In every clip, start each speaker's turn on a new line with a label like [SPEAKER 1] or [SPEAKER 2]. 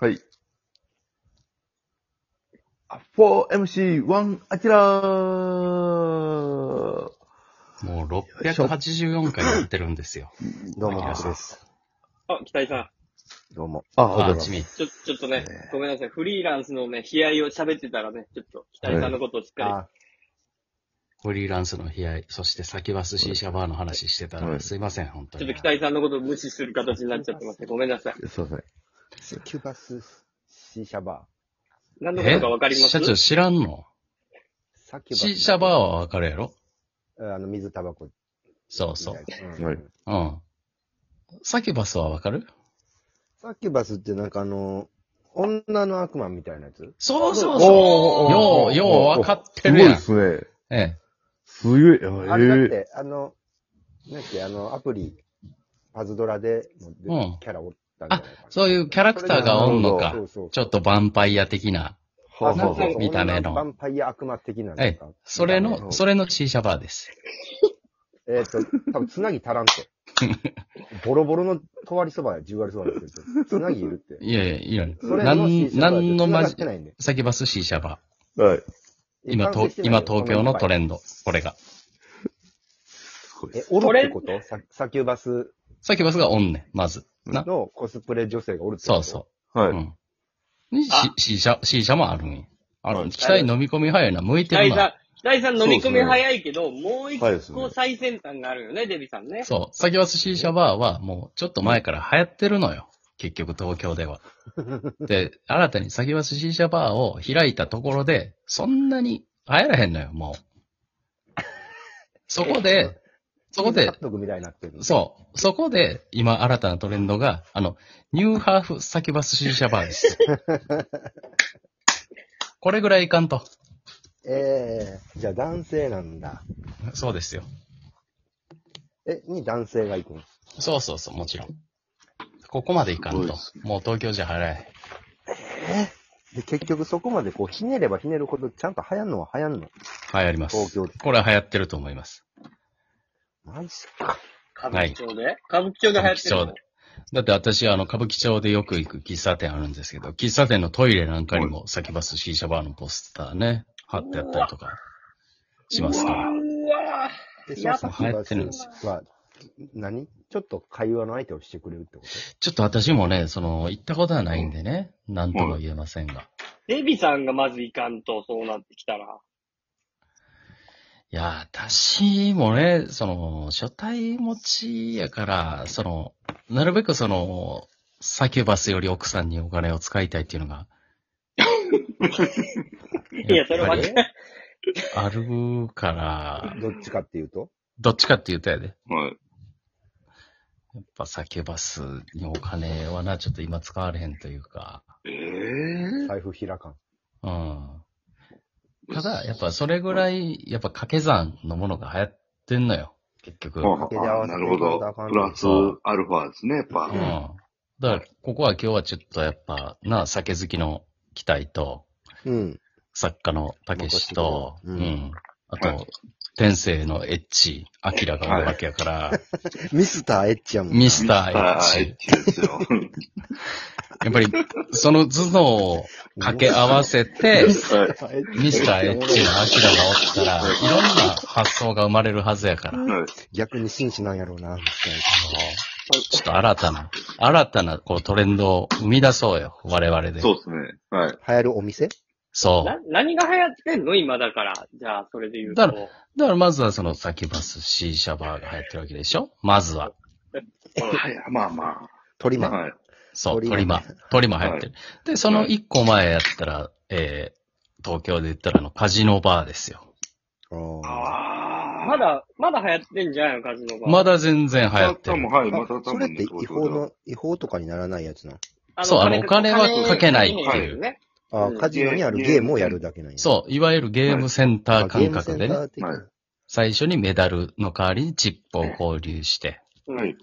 [SPEAKER 1] はい。あ 4MC1 アキラー
[SPEAKER 2] もう684回やってるんですよ。
[SPEAKER 3] どうも、
[SPEAKER 2] アキラ
[SPEAKER 3] ハ
[SPEAKER 2] さ
[SPEAKER 3] ク
[SPEAKER 2] ん
[SPEAKER 3] です。
[SPEAKER 4] あ、北井さん。
[SPEAKER 3] どうも。あ、
[SPEAKER 2] あ
[SPEAKER 3] ハ
[SPEAKER 2] あ、
[SPEAKER 3] ク
[SPEAKER 2] ちみ。
[SPEAKER 4] ちょ、ちょっとね、ごめんなさい。フリーランスのね、悲哀を喋ってたらね、ちょっと北井さんのことをしっか
[SPEAKER 3] あ、
[SPEAKER 2] フリーランスの悲哀、そして先バスシーシャバーの話してた
[SPEAKER 1] は
[SPEAKER 2] ら、
[SPEAKER 1] い
[SPEAKER 2] すいません、本当
[SPEAKER 4] り、ちょっ
[SPEAKER 2] に
[SPEAKER 4] と。北井さんのことを無視する形になっちゃってますね。ごめんなさい。
[SPEAKER 1] すいません。
[SPEAKER 3] キューバスシーシャバ
[SPEAKER 4] 何のこ
[SPEAKER 2] え
[SPEAKER 4] とかわかります
[SPEAKER 2] 社長知らんの
[SPEAKER 3] ー。さっき
[SPEAKER 2] シーシャバーはわかるやろ
[SPEAKER 3] ー。あの、水タバコみ
[SPEAKER 2] そう
[SPEAKER 3] た
[SPEAKER 2] そ。
[SPEAKER 3] いうな。
[SPEAKER 1] はい
[SPEAKER 3] うん
[SPEAKER 2] うん。サキバスはわかる
[SPEAKER 3] サキュバスってなんかあの、女の悪魔みたいなやつ
[SPEAKER 2] そうそう
[SPEAKER 1] おー
[SPEAKER 2] そ
[SPEAKER 1] おーおー
[SPEAKER 2] う。よう、ようわかって
[SPEAKER 1] すご
[SPEAKER 2] る
[SPEAKER 1] い
[SPEAKER 2] や
[SPEAKER 1] で
[SPEAKER 2] ん。
[SPEAKER 1] すね。
[SPEAKER 2] ええ。
[SPEAKER 1] すげえ。
[SPEAKER 3] あれだっ
[SPEAKER 1] ええ
[SPEAKER 3] て、あの、なんだっけ、あの、アプリ、パズドラで、
[SPEAKER 2] うん
[SPEAKER 3] キャラおったんじゃないかな
[SPEAKER 2] そういうキャラクターがおんのか
[SPEAKER 3] そうそう
[SPEAKER 2] ちょっとヴァンパイア的な。
[SPEAKER 1] ー。はあ、
[SPEAKER 3] あ
[SPEAKER 1] は
[SPEAKER 3] な
[SPEAKER 1] あ
[SPEAKER 3] んか
[SPEAKER 1] は
[SPEAKER 2] 見た目の
[SPEAKER 3] 女ヴァンパイア悪魔的なのか
[SPEAKER 2] ええ。それ
[SPEAKER 3] 見た目
[SPEAKER 2] の、それのシーシャバーです。
[SPEAKER 3] えっ、と、多分つなぎ足らんと。 ボロボロの十割そばや十割そばですけど、つなぎいるって。
[SPEAKER 2] いやいや、いや。
[SPEAKER 3] それ
[SPEAKER 2] な
[SPEAKER 3] の
[SPEAKER 2] ん
[SPEAKER 3] シーシャバ
[SPEAKER 2] なんのマジ
[SPEAKER 3] つながってないんで。
[SPEAKER 2] 先バスシーシャバー。
[SPEAKER 1] あ。はい。
[SPEAKER 2] 今、
[SPEAKER 3] 一貫
[SPEAKER 2] と
[SPEAKER 3] 性してないよ
[SPEAKER 2] 今東京のトレンド。これが。
[SPEAKER 1] すごい
[SPEAKER 3] え、おるってことササキュバス
[SPEAKER 2] サキバスがおんねん、まず。な。
[SPEAKER 3] のコスプレ女性がおるってこ
[SPEAKER 2] そ
[SPEAKER 3] と
[SPEAKER 2] うそ
[SPEAKER 1] は
[SPEAKER 2] う。
[SPEAKER 1] い。
[SPEAKER 2] うん。に、
[SPEAKER 4] あ
[SPEAKER 2] C 社、C 社もあるんや。あ
[SPEAKER 1] は
[SPEAKER 2] る。
[SPEAKER 1] い
[SPEAKER 2] 期待飲み込み早いな。向いて
[SPEAKER 4] 北
[SPEAKER 2] る
[SPEAKER 4] 井さ
[SPEAKER 2] な。
[SPEAKER 4] ん、北井さん飲み込み早いけど、もう一
[SPEAKER 1] はいですね
[SPEAKER 4] 個最先端があるよね、デビさんね。
[SPEAKER 2] そう。先は寿司シャバーはもうちょっと前から流行ってるのよ。結局東京では。で、新たに先は寿司シャバーを開いたところで、そんなに流行らへんのよ、もう。そこで、そこで
[SPEAKER 3] カッ、トみたいになってる。
[SPEAKER 2] そう。そこで、今新たなトレンドが、あの、ニューハーフ先バスシーシャバーです。これぐらいいかんと。
[SPEAKER 3] ええじゃあ男性なんだ。
[SPEAKER 2] そうですよ。
[SPEAKER 3] え、に男性が行くの
[SPEAKER 2] そうそうそう、もちろん。ここまでいかん
[SPEAKER 1] すごい
[SPEAKER 2] と
[SPEAKER 1] っす。
[SPEAKER 2] もう東京じゃ払え。
[SPEAKER 3] で、結局そこまでこう、ひねればひねるほど、ちゃんと流行んのは流行んの。
[SPEAKER 2] 流行ります。
[SPEAKER 3] 東京で。
[SPEAKER 2] これは流行ってると思います。
[SPEAKER 3] マジか。
[SPEAKER 4] 歌舞伎町で。歌舞伎町で流行ってる
[SPEAKER 2] 歌舞伎
[SPEAKER 4] の
[SPEAKER 2] 町。だって私、あの、歌舞伎町でよく行く喫茶店あるんですけど、喫茶店のトイレなんかにも、先バスシーシャバーのポスターね、貼ってあったりとか、しますから。
[SPEAKER 4] うわぁ。
[SPEAKER 3] で、
[SPEAKER 4] やっぱ
[SPEAKER 2] 流行ってるんです
[SPEAKER 3] よ。は、何ちょっと会話の相手をしてくれるってこと
[SPEAKER 2] ちょっと私もね、その、行ったことはないんでね、なんとも言えませんが。
[SPEAKER 4] デビさんがまずいかんと、そうなってきたら。
[SPEAKER 2] いや、私もね、その、初体持ちやから、その、なるべくその、サキュバスより奥さんにお金を使いたいっていうのが、
[SPEAKER 4] いや、それは
[SPEAKER 2] やっ
[SPEAKER 4] ね、
[SPEAKER 2] ぱりあるから、
[SPEAKER 3] どっちかっていうと
[SPEAKER 2] どっちかって言ったやで。
[SPEAKER 1] はい。
[SPEAKER 2] やっぱサキュバスにお金はな、ちょっと今使われへんというか、
[SPEAKER 1] え
[SPEAKER 3] 財布開かん。
[SPEAKER 2] うん。ただ、やっぱそれぐらい、やっぱ掛け算のものが流行ってんのよ、結局。
[SPEAKER 1] え
[SPEAKER 2] うん。
[SPEAKER 3] けで合わせて
[SPEAKER 1] なるほど。プラス
[SPEAKER 2] そう
[SPEAKER 1] アルファですね、やっぱ。
[SPEAKER 2] だから、ここは今日はちょっとやっぱ、な、酒好きの期待と、
[SPEAKER 3] うん。
[SPEAKER 2] 作家のたけしと、う、
[SPEAKER 3] うんん
[SPEAKER 2] あと、天性のエッチ、アキラがおるわけやから、
[SPEAKER 3] ミスターエッチやもんな。
[SPEAKER 2] ミスターエ
[SPEAKER 1] あ
[SPEAKER 2] ッ
[SPEAKER 1] あ、
[SPEAKER 2] チ。
[SPEAKER 1] エッチですよ。
[SPEAKER 2] やっぱり、その頭脳を掛け合わせて、
[SPEAKER 1] はい。
[SPEAKER 3] ターエッ
[SPEAKER 2] ミスターエッチのアキラがおったら、いろんな発想が生まれるはずやから、あの
[SPEAKER 1] はい
[SPEAKER 3] 逆に紳士なんやろうな、ミスターエッ
[SPEAKER 2] ちょっと新たな、新たなこうトレンドを生み出そうよ、我々で。
[SPEAKER 1] そうですね。はい。
[SPEAKER 3] チ。流行るお店
[SPEAKER 2] そう。
[SPEAKER 4] な何が流行ってんの今だから。じゃあ、それで言う
[SPEAKER 2] だ
[SPEAKER 4] と
[SPEAKER 2] か。だからまずはその先バスシーシャバーが流行ってるわけでしょまずは。
[SPEAKER 1] はい、まあま
[SPEAKER 3] 鳥
[SPEAKER 1] あ。
[SPEAKER 3] 間。
[SPEAKER 1] はい。
[SPEAKER 2] そう、
[SPEAKER 3] ト
[SPEAKER 2] 鳥
[SPEAKER 3] リマ
[SPEAKER 2] 間。鳥間流行ってる。で、その一個前やったら、えー、東京で言ったらあのカジノバーですよ。
[SPEAKER 3] あ
[SPEAKER 1] ああ。
[SPEAKER 4] まだ、まだ流行ってんじゃないのカジノが。
[SPEAKER 2] まだ全然流行って
[SPEAKER 1] た
[SPEAKER 2] る
[SPEAKER 1] も。はい、
[SPEAKER 3] ー
[SPEAKER 1] また多
[SPEAKER 3] それ
[SPEAKER 1] 分
[SPEAKER 3] って
[SPEAKER 1] ね
[SPEAKER 3] 違法の、違法とかにならないやつな。
[SPEAKER 4] あの
[SPEAKER 2] そうあのお金はかけないっていう
[SPEAKER 4] かけへんやつね
[SPEAKER 3] あ
[SPEAKER 4] う
[SPEAKER 3] あ、
[SPEAKER 4] ん
[SPEAKER 3] カジノにあるゲームをやるだけなんや。う。
[SPEAKER 2] そう、いわゆるゲームセンター感覚で
[SPEAKER 3] ゲームセンタ
[SPEAKER 2] ね、
[SPEAKER 3] ー的な
[SPEAKER 1] はい
[SPEAKER 2] 最初にメダルの代わりにチップを交流して、
[SPEAKER 4] うん
[SPEAKER 1] はい。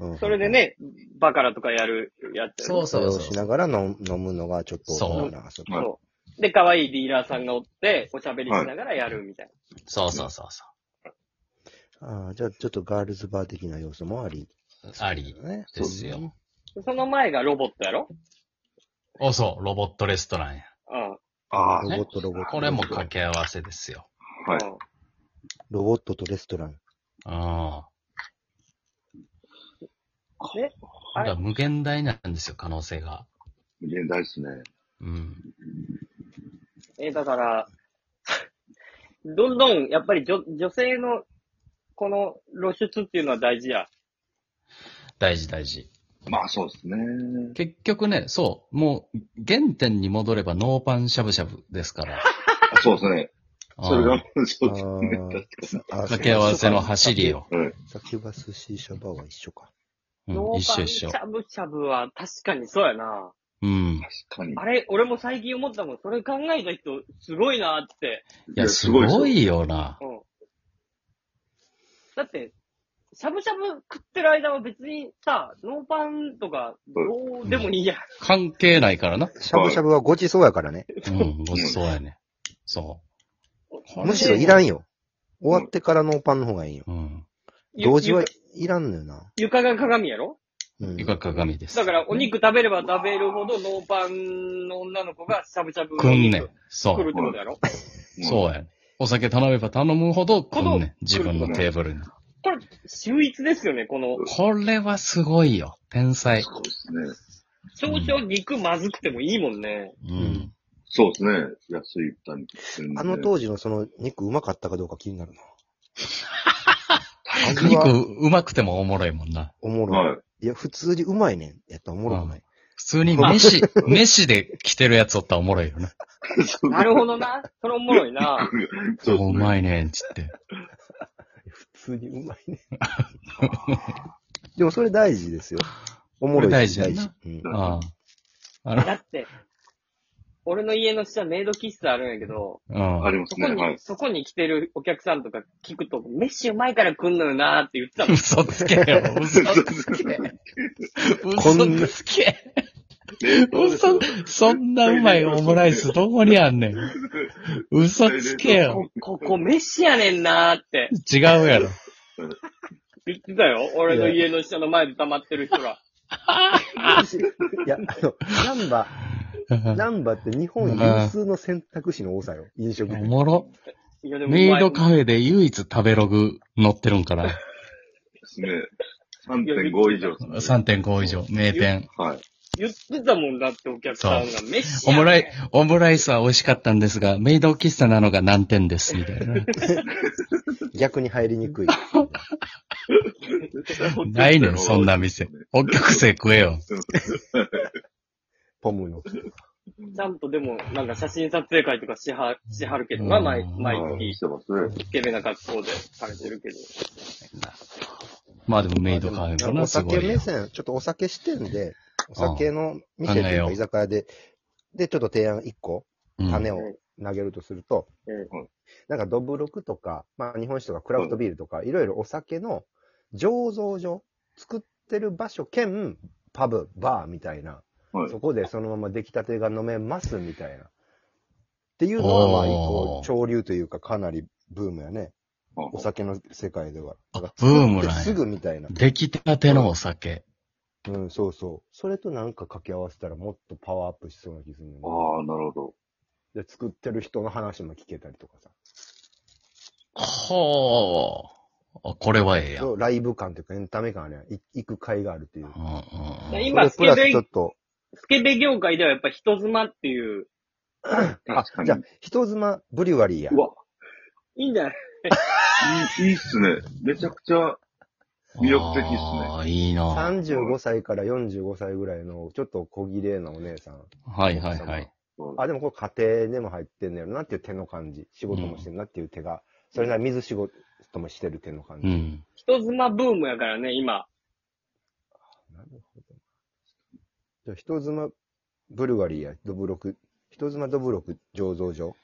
[SPEAKER 3] うん
[SPEAKER 4] それで。ね、バカラとかやる、やってる。
[SPEAKER 2] そう
[SPEAKER 3] そ
[SPEAKER 2] そ
[SPEAKER 3] れ
[SPEAKER 2] う
[SPEAKER 3] を
[SPEAKER 2] そう
[SPEAKER 3] しながら飲む飲むのがちょっと、
[SPEAKER 2] そう
[SPEAKER 3] な遊び
[SPEAKER 1] はい
[SPEAKER 4] そう。で、可愛いディーラーさんがおって、おしゃべりしながらやるみたい
[SPEAKER 2] そうそうそうそ
[SPEAKER 3] ああ、じゃあちょっとガールズバー的な要素もあり。
[SPEAKER 2] う。あり
[SPEAKER 3] ね。
[SPEAKER 2] ですよ。
[SPEAKER 4] な。その前がロボットやろ
[SPEAKER 2] お、そう、ロボットレストランや。
[SPEAKER 4] あ
[SPEAKER 1] ああ、
[SPEAKER 2] ね
[SPEAKER 3] ロボット、ロボット。
[SPEAKER 2] これも掛け合わせですよ。
[SPEAKER 4] あ。
[SPEAKER 1] はい。
[SPEAKER 4] い。
[SPEAKER 3] ロボットとレストラン。
[SPEAKER 2] あ
[SPEAKER 4] え
[SPEAKER 2] あ。だから無限大なんですよ、可能性が。
[SPEAKER 1] 無限大ですね。
[SPEAKER 2] うん。
[SPEAKER 4] えーだから、 どんどん、やっぱり女、女性の、この露出っていうのは大事や。
[SPEAKER 2] 大事大事。
[SPEAKER 1] まあそうですね。
[SPEAKER 2] 結局ね、そう、もう、原点に戻ればノーパンしゃぶしゃぶですから。
[SPEAKER 1] あそうですね。それ
[SPEAKER 2] うん
[SPEAKER 1] が、そうですね。確か
[SPEAKER 3] 掛
[SPEAKER 2] 掛け合わせの走り。よ。
[SPEAKER 1] に。うん。
[SPEAKER 3] さっきは寿司シャバは一緒か。
[SPEAKER 2] うん、一緒一緒
[SPEAKER 4] し。ゃぶしゃぶは確かにそうやな。
[SPEAKER 2] うん。
[SPEAKER 1] 確かに。
[SPEAKER 4] あれ、俺も最近思ったもん。それ考えた人、すごいなって。
[SPEAKER 2] いや、すご
[SPEAKER 1] ですよ
[SPEAKER 2] いよな。
[SPEAKER 4] うん。だって、しゃぶしゃぶ食ってる間は別にさ、ノーパンとか、どうでもいいや。
[SPEAKER 2] 関係ないからな。
[SPEAKER 3] しゃぶしゃぶはごちそうやからね。
[SPEAKER 2] うん、ごちそうやね。そ
[SPEAKER 3] むしろい
[SPEAKER 4] ん。
[SPEAKER 3] らんよ。終わってからノーパンの方がいいよ。
[SPEAKER 2] う。うん。
[SPEAKER 3] 同時は
[SPEAKER 4] ゆ
[SPEAKER 3] いらんのよな。
[SPEAKER 4] 床が鏡やろ
[SPEAKER 3] うん。
[SPEAKER 2] 床鏡です。
[SPEAKER 4] だから、お肉食べれば食べるほど、ノーパンの女の子がしゃぶしゃぶ
[SPEAKER 2] くんねん。そ
[SPEAKER 4] 来る
[SPEAKER 2] う
[SPEAKER 4] っ。てことやろ
[SPEAKER 1] うん。
[SPEAKER 2] そうやね。お酒頼めば頼むほど来んねん。自分のテーブルに。
[SPEAKER 4] これ、秀逸ですよね、この。
[SPEAKER 2] これはすごいよ。天才
[SPEAKER 1] そ。うですね。
[SPEAKER 4] 少々肉まずくてもいいもんね。
[SPEAKER 2] うん。
[SPEAKER 1] そうですね。安い豚肉。全然
[SPEAKER 3] あの当時のその肉うまかったかどうか気に なるな。味
[SPEAKER 2] 肉
[SPEAKER 3] は
[SPEAKER 2] うまくてもおもろいもんな。
[SPEAKER 3] おもろい。
[SPEAKER 1] はい。
[SPEAKER 3] いや、普通にうまいねん。やったらおもろくない。
[SPEAKER 2] 普通に飯、飯で来てるやつおったらおもろいよな。
[SPEAKER 4] なるほどな。それおもろいな。
[SPEAKER 1] そうです
[SPEAKER 2] おう
[SPEAKER 1] ね。
[SPEAKER 2] まいねん、つって。
[SPEAKER 3] 普通にうまいね。でもそれ大事ですよ。おもろいし
[SPEAKER 2] これ大事やな
[SPEAKER 3] 大事。うん
[SPEAKER 2] ああ。あ
[SPEAKER 4] だって、俺の家の下メイド喫茶あるんやけど、
[SPEAKER 2] の、
[SPEAKER 1] ありま
[SPEAKER 4] そ
[SPEAKER 1] す
[SPEAKER 4] こ
[SPEAKER 1] ね。
[SPEAKER 4] に、
[SPEAKER 1] はい。
[SPEAKER 4] そこに来てるお客さんとか聞くと、飯うまいから来んのよなーって言ってた
[SPEAKER 2] うん。
[SPEAKER 4] もん。
[SPEAKER 2] 嘘つけよ、嘘つけ。
[SPEAKER 3] こんな
[SPEAKER 2] 嘘つけ。嘘、そんなうまいオムライスどこにあんねん。嘘つけよ。
[SPEAKER 4] ここ飯やねんなーって
[SPEAKER 2] 違うやろ。
[SPEAKER 4] 言ってたよ。俺の家の下の前で溜まってる人ら。
[SPEAKER 3] いや、あの、ナンバ、ナンバって日本有数の選択肢の多さよ。飲食
[SPEAKER 2] お
[SPEAKER 3] 店。
[SPEAKER 2] もろ。
[SPEAKER 4] いやでもうまい
[SPEAKER 2] メイドカフェで唯一食べログ載ってるんから。
[SPEAKER 1] ですね。3.5以上ですね。
[SPEAKER 2] 3.5以上、名店。
[SPEAKER 1] はい。
[SPEAKER 4] 言ってたもんだってお客さんが飯
[SPEAKER 2] オ
[SPEAKER 4] やねん。
[SPEAKER 2] ムライ、オムライスは美味しかったんですが、メイド喫茶なのが難点です、みたいな。
[SPEAKER 3] 逆に入りにくい。
[SPEAKER 2] ないねん、そんな店。北極星食えよ。
[SPEAKER 3] ポムの。
[SPEAKER 4] ちゃんとでも、なんか写真撮影会とかしは、しはるけどな、
[SPEAKER 2] うん
[SPEAKER 4] 毎、毎
[SPEAKER 1] はい。し
[SPEAKER 4] 月。
[SPEAKER 1] てますね。
[SPEAKER 4] イケメンな格好でされてるけど。
[SPEAKER 2] まあでもメイドカフェも
[SPEAKER 3] お
[SPEAKER 2] な、すご
[SPEAKER 3] 酒
[SPEAKER 2] いよ
[SPEAKER 3] 目。線、ちょっとお酒視点で、お酒の店と
[SPEAKER 2] 考え
[SPEAKER 3] いう
[SPEAKER 2] よ
[SPEAKER 3] か
[SPEAKER 2] う
[SPEAKER 3] 居酒屋で、で、ちょっと提案1個、
[SPEAKER 2] うん
[SPEAKER 3] 種を投げるとすると、
[SPEAKER 4] ええ
[SPEAKER 3] なんかドブロクとか、まあ日本酒とかクラフトビールとか、いろいろお酒の醸造所、作ってる場所兼、パブ、バーみたいな、
[SPEAKER 1] はい
[SPEAKER 3] そこでそのまま出来たてが飲めますみたいな。っていうのは、まあ一
[SPEAKER 2] お
[SPEAKER 3] 個
[SPEAKER 2] ー
[SPEAKER 3] 潮流というかかなりブームやね。
[SPEAKER 1] あ
[SPEAKER 3] お酒の世界では。だから
[SPEAKER 2] ブームなんや
[SPEAKER 3] すぐみたいな。
[SPEAKER 2] 出来たてのお酒。
[SPEAKER 3] うん、そうそう。それとなんか掛け合わせたらもっとパワーアップしそうな気するねん
[SPEAKER 1] あ
[SPEAKER 3] な。
[SPEAKER 1] あ、なるほど。
[SPEAKER 3] で、作ってる人の話も聞けたりとかさ。
[SPEAKER 2] ほう。あこれはええやん。うん
[SPEAKER 3] ライブ感というかエンタメ感あるやん。い行く甲斐があるっていう。
[SPEAKER 2] うん
[SPEAKER 4] で
[SPEAKER 2] うん
[SPEAKER 4] 今、ス
[SPEAKER 3] そ
[SPEAKER 4] ケ
[SPEAKER 3] れプラス
[SPEAKER 4] ベ
[SPEAKER 3] ちょ、っと、
[SPEAKER 4] スケベ業界ではやっぱ人妻っていう、
[SPEAKER 3] あ
[SPEAKER 1] 確か、に
[SPEAKER 3] じゃあ、人妻ブリュワリーや
[SPEAKER 1] う。わ、
[SPEAKER 4] いいんじゃない
[SPEAKER 1] いい、いいっすね。めちゃくちゃ、魅力的っすね
[SPEAKER 2] ああ、いいな。は
[SPEAKER 3] 35歳から45歳ぐらいの、ちょっと小綺麗なお姉さん。
[SPEAKER 2] いはいはい。
[SPEAKER 3] あ、でもこれ家庭でも入ってんだよなっていう手の感じ。仕事もしてんなっていう手が。それなりに水仕事もしてる手の感
[SPEAKER 2] う
[SPEAKER 3] じ。
[SPEAKER 2] ん。
[SPEAKER 4] 人妻ブームやからね、今。
[SPEAKER 3] なるほど。じゃあ、人妻ブルワリーやドブロク、人妻ドブロク醸造所。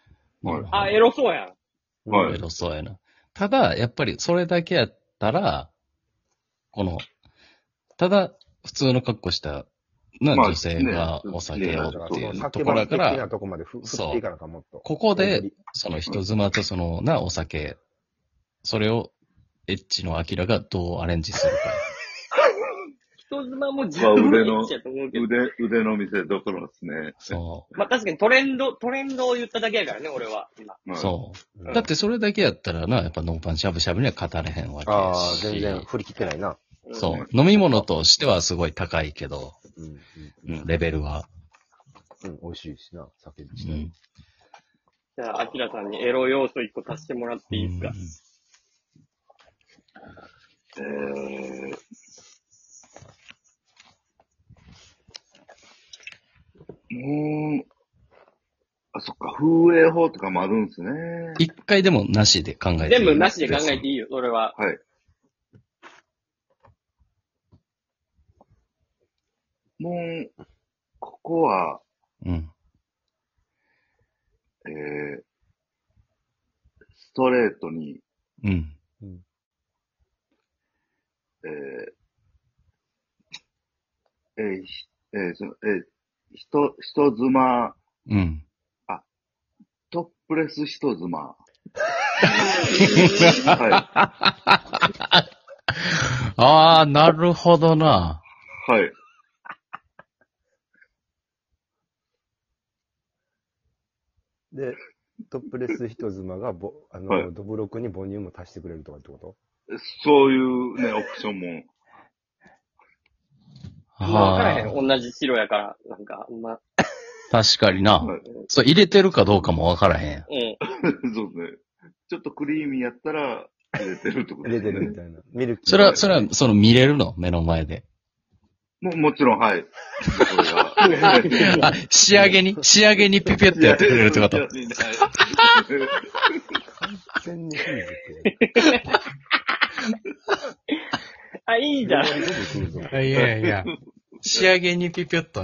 [SPEAKER 1] はい
[SPEAKER 4] あ、エロそうやん。
[SPEAKER 1] はい
[SPEAKER 2] エロそうやな。ただ、やっぱりそれだけやったら、この、ただ、普通の格好した、な、
[SPEAKER 1] まあ
[SPEAKER 2] 女性が
[SPEAKER 1] ね
[SPEAKER 2] お酒
[SPEAKER 3] だ
[SPEAKER 2] を
[SPEAKER 3] か
[SPEAKER 2] っ
[SPEAKER 3] ら、
[SPEAKER 2] て
[SPEAKER 3] そ
[SPEAKER 2] い
[SPEAKER 3] の
[SPEAKER 2] うと
[SPEAKER 3] 酒
[SPEAKER 2] ころ
[SPEAKER 3] 場
[SPEAKER 2] だか
[SPEAKER 3] 的な
[SPEAKER 2] ら、
[SPEAKER 3] とこまでふ振
[SPEAKER 2] そう
[SPEAKER 3] っていかなあかんもっと。
[SPEAKER 2] ここ
[SPEAKER 3] 大
[SPEAKER 2] で
[SPEAKER 3] ぶり、
[SPEAKER 2] その人妻とその、な、お酒、それを、エッチのアキラがどうアレンジするか。
[SPEAKER 4] 人妻も自
[SPEAKER 1] まあ
[SPEAKER 4] 分
[SPEAKER 1] 腕の
[SPEAKER 4] のやと思うけど。
[SPEAKER 1] 腕、腕の見せどころですね。
[SPEAKER 2] そ
[SPEAKER 4] まあ確かにトレンド、トレンドを言っただけやからね、俺は、今。
[SPEAKER 2] う。
[SPEAKER 1] はい
[SPEAKER 2] そう。
[SPEAKER 4] ん
[SPEAKER 2] だってそれだけやったらな、やっぱノーパンしゃぶしゃぶには勝たれへんわけ
[SPEAKER 3] あ
[SPEAKER 2] や
[SPEAKER 3] あ、
[SPEAKER 2] し。
[SPEAKER 3] 全然振り切ってないな。
[SPEAKER 4] うん
[SPEAKER 2] そう。飲み物としてはすごい高いけど、
[SPEAKER 3] うん、うん、
[SPEAKER 2] うん、レベルは。
[SPEAKER 3] うん、美味しいしな、酒にし
[SPEAKER 2] う
[SPEAKER 3] て。
[SPEAKER 2] ん。
[SPEAKER 4] じゃあ、アキラさんにエロ要素一個足してもらっていいですか。
[SPEAKER 1] えー、もう、あ、そっか、風営法とかもあるんですね。
[SPEAKER 2] 一回でもなしで考えていい
[SPEAKER 4] 全部なしで考えていいよ、それは。
[SPEAKER 1] はい。もう、ここは、
[SPEAKER 2] うん。
[SPEAKER 1] えー、ストレートに、
[SPEAKER 2] うん。
[SPEAKER 1] えー、えーひえーそのえー人、人妻、
[SPEAKER 2] うん。
[SPEAKER 1] トップレス人妻。は
[SPEAKER 2] ああ、なるほどな。
[SPEAKER 1] い。はい。
[SPEAKER 3] で、トップレス人妻がぼ、あの、
[SPEAKER 1] はい
[SPEAKER 3] ドブロクに母乳も足してくれるとかってこと
[SPEAKER 1] そういうね、オプションも。
[SPEAKER 4] まあわからへ
[SPEAKER 2] あ
[SPEAKER 4] ん。同じ白やから、なんか、ほんま、
[SPEAKER 2] あ、確かにな
[SPEAKER 1] はい。
[SPEAKER 2] そう、入れてるかどうかもわからへん。
[SPEAKER 4] うん。
[SPEAKER 1] そうですね。ちょっとクリーミーやったら、入れてるってこと
[SPEAKER 3] 入
[SPEAKER 1] ですね。
[SPEAKER 3] れてるみたいな。ミルキー。
[SPEAKER 2] それは、それは、その見れるの目の前で。
[SPEAKER 1] ももちろん、はい。これが。
[SPEAKER 2] あ、仕上げに、仕上げにピピュってやってくれるってこ
[SPEAKER 1] いや
[SPEAKER 2] と。
[SPEAKER 1] いやいや
[SPEAKER 3] 全然いいって。
[SPEAKER 4] あ、いいじゃん。
[SPEAKER 3] 全然来る ぞ
[SPEAKER 2] いやいや。仕上げにピピュッと